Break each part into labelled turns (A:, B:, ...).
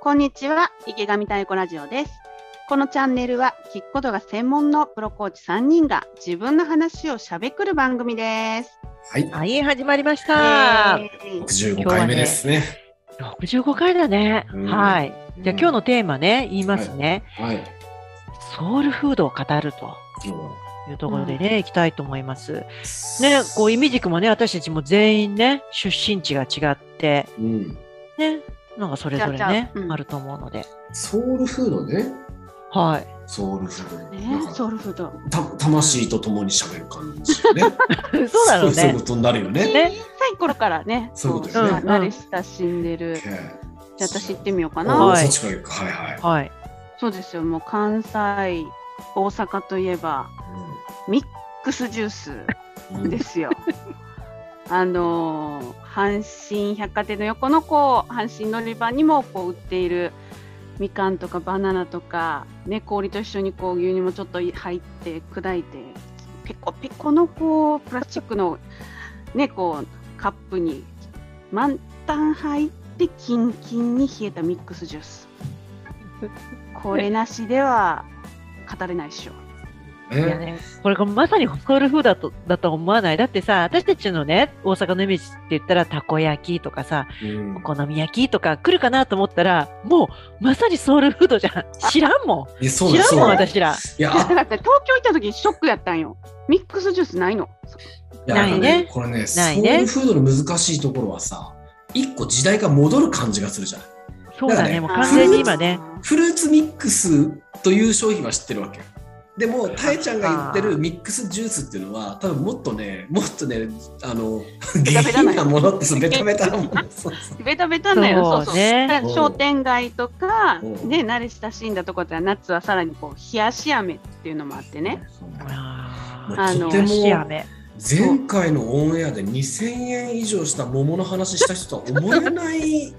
A: こんにちは池上太子ラジオですこのチャンネルは聞くことが専門のプロコーチ3人が自分の話をしゃべくる番組です
B: はい、
C: はい、始まりました。
A: イエーイ
B: 65回目ですね。
C: 65回だね。
B: うん
C: はい。じゃあ今日のテーマね、言いますね。
B: はい。
C: ソウルフードを語るというところでね、いきたいと思います。ね、こう、イミジクもね、私たちも全員ね、出身地が違って、
B: うん。
C: ね、なんかそれぞれ
A: じゃあじゃ
C: ね、
A: あうん
C: あると思うので。
B: ソウルフードね。
C: はい。
B: ソウルフード。
A: ねソウ
B: ル。
A: ルフード
B: た魂と共に喋る感じよね。
C: そうだろう
B: そういう
C: ね
B: こ。とになるよね。
C: ね
A: 小さい頃からね
B: そういうこと
C: よね
A: 慣れ親しんでる、じゃ
B: OK
A: あ私行ってみようかな、
B: お
C: はい
B: そっちから行くはいはい。
C: はい。
A: そうですよもう関西大阪といえばミックスジュース
B: うん
A: ですよ。あのー阪神百貨店の横のこう阪神のり場にもこう売っているみかんとかバナナとか、ね、氷と一緒にこう牛乳もちょっと入って砕いてペコペコのこうプラスチックの、ね、こうカップに満タン入ってキンキンに冷えたミックスジュースこれなしでは語れないっしょ。
B: うん
C: いやね、これがまさにソウルフードだとだとは思わない。だってさ、私たちのね、大阪のイメージって言ったら、たこ焼きとかさ、
B: うん
C: お好み焼きとか来るかなと思ったら、もうまさにソウルフードじゃん。知らんも
B: いやそ
C: ん。
B: う
C: 知
B: だ
C: らん
B: そう
C: もん、
B: だ。
C: 私ら。
B: いや、
A: だか
B: あ
A: らって東京行った時ショックやったんよ。ミックスジュースないの。
B: いや
C: ないね
B: あのこれね、ソ
C: ない
B: ウ
C: ね
B: ルフードの難しいところはさ、一個時代が戻る感じがするじゃない。
C: そうだ
B: だからね
C: ね、もう完全に今ね。
B: フルーツミックスという商品は知ってるわけよでもたえちゃんが言ってるミックスジュースっていうのは多分もっとねもっとねあの
A: タ
B: 下
A: ベタな
B: 品なものってそうベタベタなものそうそう
A: ベタベタなんよ。そう
C: そ
A: そうう
C: ね
A: だから商店街とか、
B: うん
A: ね、慣れ親しんだとこでは夏はさらにこう冷やし飴っていうのもあってね。
C: あ
A: あの
B: とても
C: 足飴
B: 前回のオンエアで2000円以上した桃の話した人とは思えない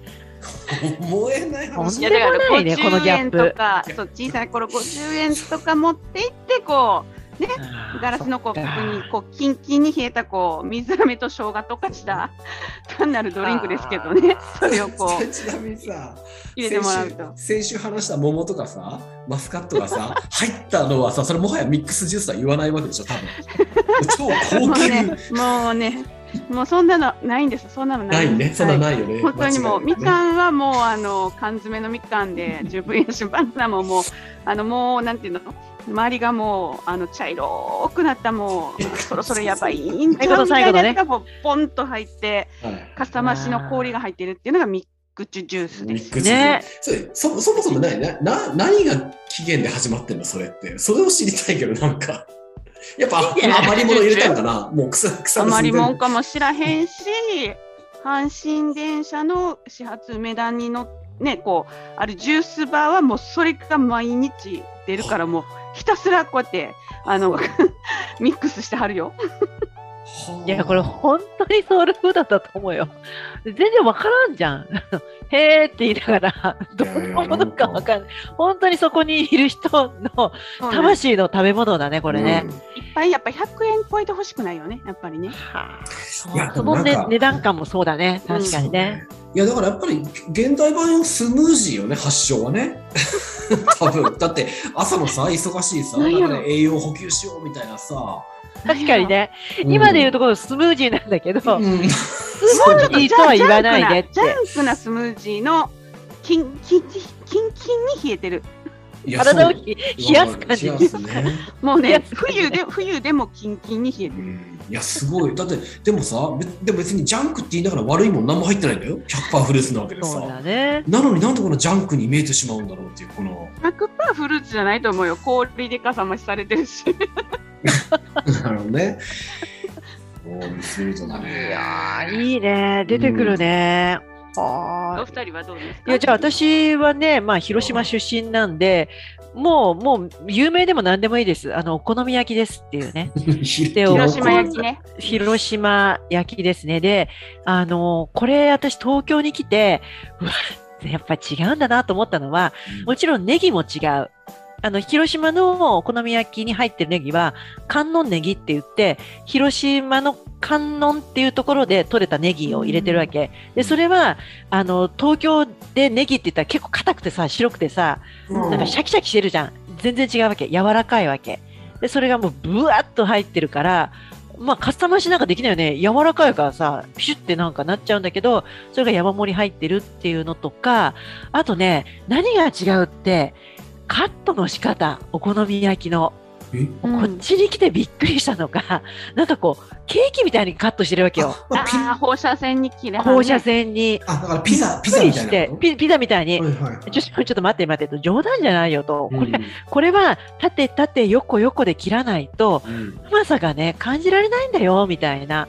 B: 思えない
C: と
B: 話
A: い
C: ほ
A: や
C: んで
A: だか
C: もな
A: ら
C: いねこの
A: 50
C: ギャッ
A: 円
C: プ
A: とか、そう小さい頃50円とか持って行ってこうガラスのコップにこうキンキンに冷えたこう水飴と生姜とかした単なるドリンクですけどね。それをこう
B: ちなみにさ
A: 入れてもらうと。
B: 先週先週話した桃とかさマスカットが さ入ったのはさそれもはやミックスジュースとは言わないわけでしょ多分超
A: も
B: 高
A: う
B: 級
A: ね、もうね、もうそんなのないんです。そんなのな
B: ないいねそんな
A: はい
B: ないよね
A: 本当にもう、
B: 間違
A: み
B: いないね
A: かんはもうあの缶詰のみかんで十分やし、バナナももうあのもうなんていうの、周りがもうあの茶色くなったも うそろそろやばいんちゃうみたいなやつがもうポンと入って、
B: はい
A: かさ増しの氷が入ってるっていうのがミックスジュースで
B: ミッ
A: す
B: ク。スジュー
C: ね
B: スそれそそもそもないなな何が起源で始まってんのそれってそれを知りたいけどなんかやっぱ
C: 起源
B: 余り物入れたんかなもう草草
A: あまりもん
B: か
A: かもしらへんし、阪神電車の始発梅田にのね、こう、あるジュースバーはもうそれが毎日出るから、もうひたすらこうやって、あの、 ミックスしてはるよ。
C: いや、これ本当にソウルフードだと思うよ。全然わからんじゃん。 へーって言いなが ら、どんなものかわかんない。本当にそこにいる人の魂の食べ物だね、これね。
A: いっぱいやっぱ100円超えてほしくないよね、やっぱりね。
C: はあ
B: いや
C: そのね
B: でもなんか
C: 値段感もそうだね、確かにね。
B: いやだからやっぱり現代版スムージーよね発祥は ね多分だって朝のさ忙しいさ
A: なんやろ
B: なんかね栄養補給しようみたいなさ
C: 確かにね、 今で言うところスムージーなんだけど、
B: うんうん
C: スムージーとは言わないでっ
A: ジャ
C: て。
A: ンクなスムージーのキンキンキンキンに冷えてる。
B: いや
C: 体を
B: そう
C: ひ冷やす感じ。
B: 冷やすね
A: もう
C: いや
A: ね、冬で、冬でもキンキンに冷えて
B: う
A: る。
B: んいやすごいだってでもさべでも別にジャンクって言いながら悪いもん何も入ってないんだよ100%フルーツなわけで
C: そ
B: さ
C: うだね。
B: なのになんでこのジャンクに見えてしまうんだろうっていうこの
A: 100%フルーツじゃないと思うよ。氷でかさ増しされてるし。
B: なるほどねもうミスリードだね
C: いやー、いいね。出てくるね。はーい
A: お二人はどうですか
C: いやじゃあ私はね、まあ、広島出身なんで、もう、もう、有名でも何でもいいです。あの、お好み焼きですってい うね。
B: 手
C: を
A: 広島焼きね。
C: 広島焼きですね。で、あの、これ私東京に来て、うわ、やっぱ違うんだなと思ったのは、もちろんネギも違う。あの、広島のお好み焼きに入ってるネギは、観音ネギって言って、広島の観音っていうところで取れたネギを入れてるわけ。で、それは、あの、東京でネギって言ったら結構硬くてさ、白くてさ、
B: うん
C: なんかシャキシャキしてるじゃん。全然違うわけ。柔らかいわけ。で、それがもうブワッと入ってるから、まあカスタマイズなんかできないよね。柔らかいからさ、ピシュってなんかなっちゃうんだけど、それが山盛り入ってるっていうのとか、あとね、何が違うって、カットの仕方、お好み焼きの。
B: え
A: うん
C: こっちに来てびっくりしたのが、 なんかこう、ケーキみたいにカットしてるわけよ。
B: あ
A: あ
B: ピ
A: ー放射線に切れはんね
C: 放射線に。
B: あだからピザピザ
C: びっ
B: みた
C: くり
B: い
C: し
B: な
C: て
B: こと
C: ピ、ピザみたいに。
B: はいはいはい
C: ちょちょちょっと待って待ってと冗談じゃないよと、これ
B: うん
C: これは縦縦横横で切らないと
B: うん
C: うまさがね感じられないんだよみたいな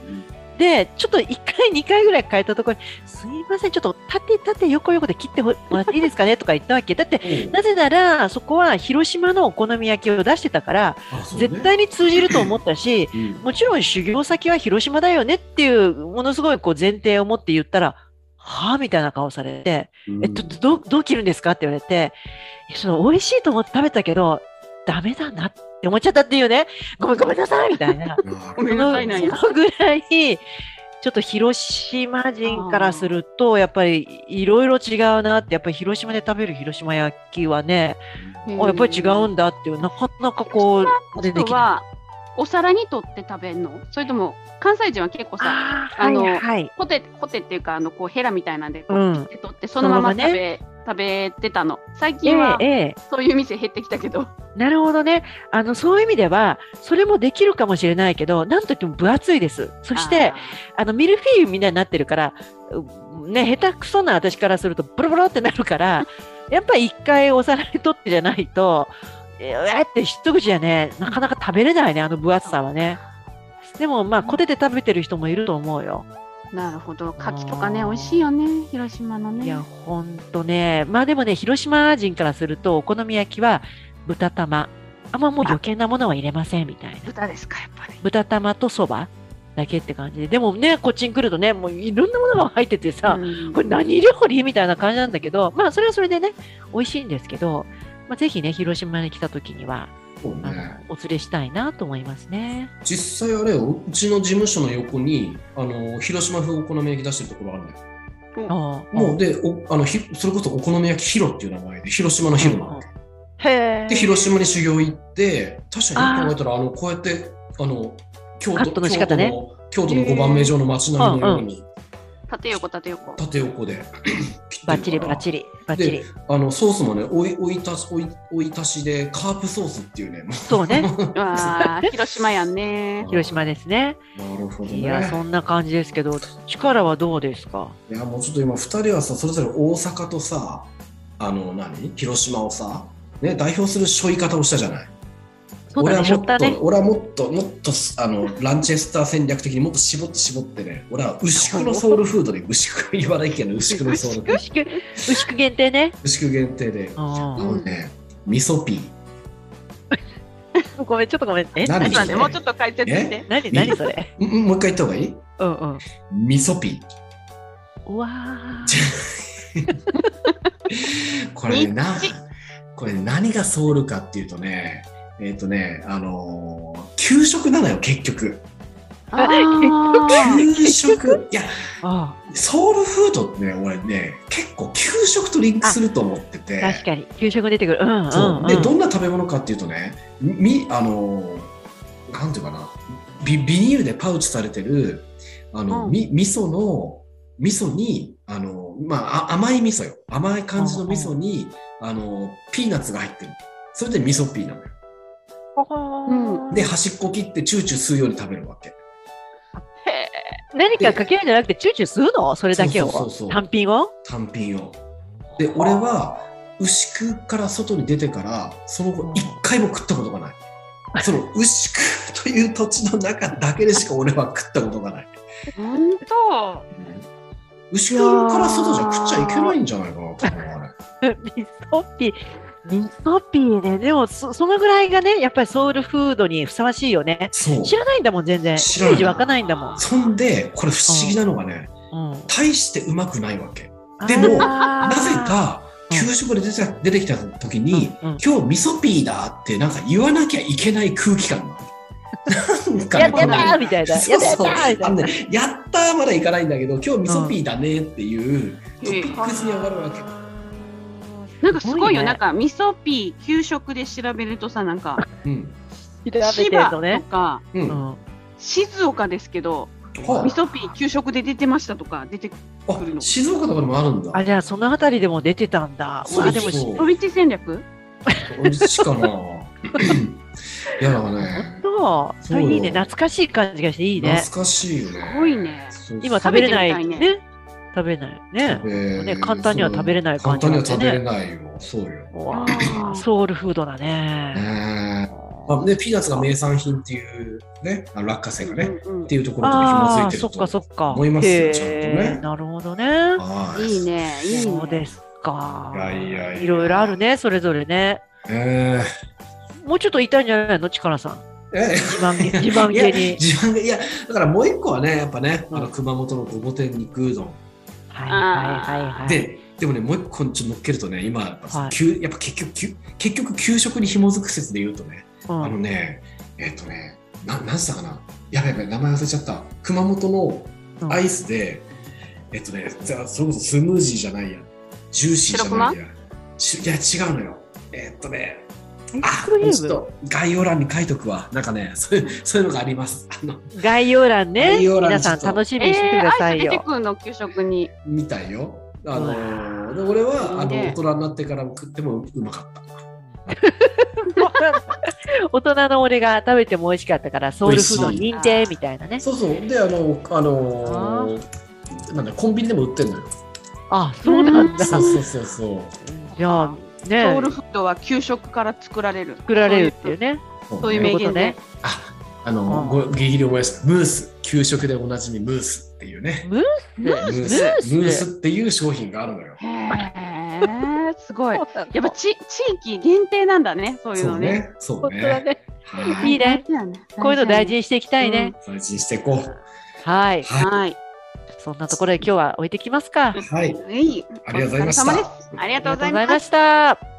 C: でちょっと1回2回ぐらい変えたところにすいませんちょっと縦縦横横で切ってほもらっていいですかねとか言ったわけだってなぜならそこは広島のお好み焼きを出してたから
B: あそうね
C: 絶対に通じると思ったし
B: うん。
C: もちろん修行先は広島だよねっていうものすごいこう前提を持って言ったらはあみたいな顔されてえっと、どうどう切るんですかって言われて、いやその美味しいと思って食べたけど、ダメだなって思っちゃったっていうね、ごめんごめんなさいみたいな
B: なる ほ
A: ごめんなさいなんや
C: そのぐらい、ちょっと広島人からすると、やっぱりいろいろ違うなって、やっぱり広島で食べる広島焼きはね、あやっぱり違うんだっていう、なかなかこう、出てきない。
A: はお皿にとって食べるのそれとも関西人は結構さ
C: あー
A: あの
C: はいはい。
A: コテコテっていうかあのこうヘラみたいなんでこ
C: う
A: うん切って取ってそのまま
C: そ
A: 食
C: のまま
A: べ,、食べてたの最
C: え
A: 近は
C: えええ
A: そういう店減ってきたけど
C: なるほどね。あの、そういう意味では、それもできるかもしれないけど、なんといっても分厚いです。そして、あの、ミルフィーユみんなになってるから、うね、下手くそな私からすると、ボロボロってなる から、やっぱり一回お皿に取ってじゃないと、えーって一口じゃね、なかなか食べれないね、あの分厚さはね。でも、まあ、こてて食べてる人もいると思うよ。
A: あーなるほど牡蠣とかね美味しいよね広島のね
C: いや、ほんとね。まあでもね、広島人からすると、お好み焼きは豚玉。あんまもう余計なものは入れませんみたいな。
A: 豚ですかやっぱり
C: 豚玉とそばだけって感じで。でもね、こっちに来るとね、もういろんなものが入っててさ、
A: うん
C: これ何料理みたいな感じなんだけど、まあそれはそれでね、美味しいんですけど、まあ、ぜひね、広島に来た時には、
B: ど
C: あの
B: ね
C: お連れしたいなと思いますね。
B: 実際あれようちの事務所の横にあの広島風お好み焼き出してるところあるのよ
C: おう
B: もうでおあのひそれこそお好み焼きヒロっていう名前で広島のヒロなの
C: へ
B: で広島に修行行って確かによく考えたらあのこうやってあの京
C: カ
B: 都
C: ットの仕方ね
B: 京都の京都の5番目以上の街並みのように
A: 縦横縦横
B: 縦横で 切ってるから
C: バッチリバッチリ、バッチリ
B: で。あのソースもねおいおいたしおいおい足しでカープソースっていうねも
C: そうね、
A: うわー広島やんね
B: う
C: 広島ですね。
B: なるほどね
C: いや、そんな感じですけど、力はどうですか
B: いやもうちょっと今2人はさそれぞれ大阪とさあの何広島をさ、ね、代表する背負い方をしたじゃない、
C: そう
B: 俺
C: だ
B: は
C: ね、しょ
B: もっ
C: っ
B: た
C: ね
B: と。俺はもっともっとすあのランチェスター戦略的にもっと絞って絞ってね俺は牛久のソウルフードで牛久茨城県の牛久のソウルフード
C: 牛久、牛久限定ね。
B: 牛久限定であ
C: あ
B: のね味噌ピ
C: ーごめん、ちょっとごめん。え
A: ちょ
B: 何
A: っと待ってもうちょっと解説して
C: 何何それ
B: ーんんもう一回言った方がいい
C: うんうん。
B: 味噌ピ
C: うわ
B: ーこれねなこれね何がソウルかっていうとねえっ、とねあのー給食なのよ結局
A: あー
B: 給食いや
C: あ
B: ソウルフードってね俺ね結構給食とリンクすると思ってて
C: 確かに給食出てくる。うんうん、うん。
B: そうでどんな食べ物かっていうとねみあのーなんていうかなビビニールでパウチされてるあの、
A: うん
B: み味噌の味噌にあのまああ甘い味噌よ甘い感じの味噌に、あのピーナッツが入ってるそれで味噌ピーなのよ
A: うん
B: で端っこ切ってチューチュー吸うように食べるわけ
A: へ
C: 何かかけるんじゃなくてチューチューするのそれだけを
B: そうそうそうそう
C: 単品を
B: 単品をで俺は牛久から外に出てからその後一回も食ったことがないその牛久という土地の中だけでしか俺は食ったことがない
A: え本当
B: 牛久から外じゃ食っちゃいけないんじゃないかな多分あれ
C: ミソピー。ミソピーね。でもそそのぐらいがね、やっぱりソウルフードにふさわしいよね。
B: そう
C: 知らないんだもん、全然。イメ
B: 知らない
C: ージ湧かないんだもん。
B: そんでこれ不思議なのがね
C: うん、
B: 大してうまくないわけでも
C: あー
B: なぜ、か給食で出て出てきた時に、
C: うんうん
B: 今日味噌ピーだってなんか言わなきゃいけない空気 感がある。なんか
C: や
B: ね
C: っ
B: こ
C: た
B: の
C: ーみたいな。やった
B: そ
C: や
B: う
C: った
B: そう
C: ーみた
B: あ
C: い
B: の
C: な。
B: ね、やったーまだいかないんだけど、今日味噌ピーだねっていう、トピックスに上がるわけ。
A: なんかすごいよ、
C: ね
A: なんか味噌ピー給食で調べるとさなんか
B: うん。
C: 調べ
A: 千
C: てる
A: 葉
C: と
A: と
C: ね。
A: か
B: うん。
C: うん
A: 静岡ですけど
B: はあ
A: 味噌ピー給食で出てましたとか出て
B: あ静岡とかでもあるんだ。
C: あ、じゃあそのあたりでも出てたんだ。
B: そう
C: わあ、で
B: そう
C: も
B: そう
A: 飛び地戦略
B: 俺しか な。いやだからね、
C: そう、それいいね、懐かしい感じがしていいね。
B: 懐かしいよね。
A: すごいね
B: そうそう。
C: 今食べれない
A: 食べてみたい
C: ね。食べれないね。
B: えー
C: ね簡単には食べれない
B: そう
C: 感じ
B: 簡
C: だっ
B: 単
C: たね
B: には食べれないよ。そうよ。ね
C: わ
A: う
C: あ、
A: ん
C: ソウルフードだね。
B: えまあね、ピーナッツが名産品っていうね、あの落花生がね、っ
A: うんうん
B: ていうところと紐
C: ああ、
B: づいて
C: そ
B: る
C: っかそ
B: と
C: っか。
B: 思いますよちゃんとね
C: へえなるほどね。
B: はい
A: いねいいね
C: そうですか。
B: いやいやいや
C: いろいろあるね、それぞれね。
B: え
C: もうちょっといたんじゃないの、チカラさん。
B: ーえ
C: 自慢 げ、自慢
B: いや
C: げに。
B: 自分がいやだからもう一個はねやっぱね、
C: うん
B: あの熊本のごぼ天肉うどん、
C: はいはいはいはい。
B: ででもねもう一個ちょっと乗っけるとね今やっぱ,、
C: はい
B: 給やっぱ結局給結局給食に紐づく説で言うとね、
C: うん
B: あのねえっ、とねななんつったかなやべやべ名前忘れちゃった熊本
C: うん
B: のアイスで、えっとねじゃあそれこそスムージーじゃないやジューシーじゃないやしいや違うのよえっとねあ
C: クリーム
B: ちょっと概要欄に書いとくわなんかねそういうそういうのがありますあの
C: 概要欄ね
B: 概要欄
C: 皆さ
B: ち
C: ん
B: ょっと
C: 楽しみにして
A: え
C: く
A: ー
C: ださ
A: アイ
C: い
A: ス出て
C: よ。
A: くるの給食に
B: みたいよあの
C: うわ
B: で俺はあの
A: ね
B: 大人になってからも食ってもうまかった
C: 大人の俺が食べても美味しかったからソウルフード認定みたいなね。
B: そうそうであのあのなんだコンビニでも売ってんのよ
C: あそうなんだ。
B: そうそうそうそう
C: じゃあ
A: ソウ
C: ね
A: ルフードは給食から作られる
C: 作られるっていうね。
A: そういう
C: ね
A: 名言
C: という
A: で
C: こ
B: あ、あの、ご、ギリギリ思い出した。ムース。給食でおなじみムースっていうね。
C: ム
B: ム
C: ー
B: ー
C: ス
B: ス。ム
C: ム
B: ー
C: ー
B: ス
C: ス
B: っていう商品があるのよ。
A: へえすご いや
C: や
A: っ
C: っ
A: ぱ
C: ぱ
A: ち地域限定なんだねそういう
B: そう
A: のね
B: ね。そう
C: 本当だ
B: ね。
C: ね。
B: はい
C: いいね
A: 大事だね
C: こういうの大事にしていきたいね。
B: 大事にしていこう。
C: はい。
A: はい
C: そんなところで今日は置いてきますか。
B: はい。
A: はい
B: ありがとうございました
A: お疲れ様ですありがとうございま
C: ありがとうござい
A: す
C: ました。